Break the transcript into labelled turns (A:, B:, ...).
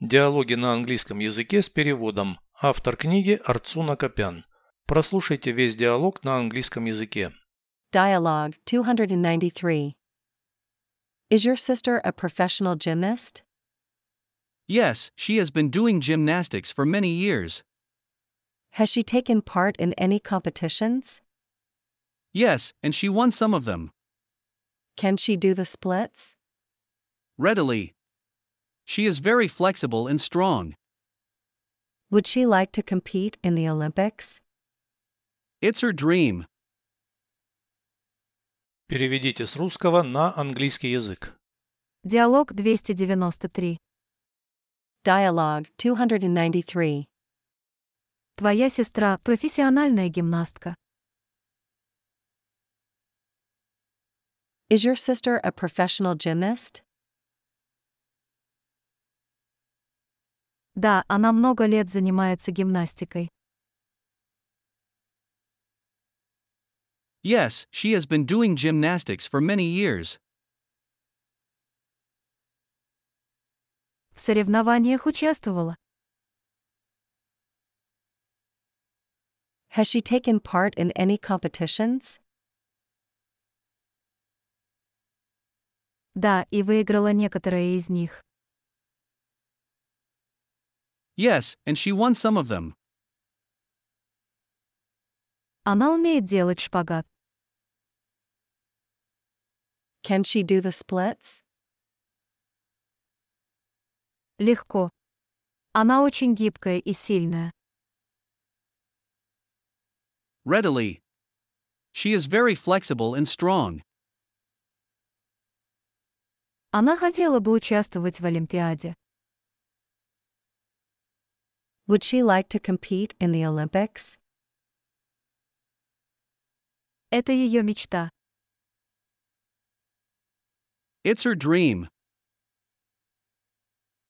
A: Диалоги на английском языке с переводом. Автор книги Арцуна Копян. Прослушайте весь диалог на английском языке.
B: Dialogue 293. Is your sister a professional gymnast?
C: Yes, she has been doing gymnastics for many years.
B: Has she taken part in any competitions?
C: Yes, and she won some of them.
B: Can she do the splits?
C: Readily. She is very flexible and strong.
B: Would she like to compete in the Olympics?
C: It's her dream.
A: Переведите с русского на английский язык.
D: Диалог 293.
B: Dialogue 293.
D: Твоя сестра – профессиональная гимнастка.
B: Is your sister a professional gymnast?
D: Да, она много лет занимается гимнастикой.
C: Yes, she has been doing gymnastics for many years.
D: В соревнованиях участвовала.
B: Has she taken part in any competitions?
D: Да, и выиграла некоторые из них.
C: Yes, and she won some of them.
D: Она умеет делать шпагат.
B: Can she do the splits?
D: Легко. Она очень гибкая и сильная.
C: Readily. She is very flexible and strong.
D: Она хотела бы участвовать в Олимпиаде.
B: Would she like to compete in the Olympics?
D: Это ее мечта.
C: It's her dream.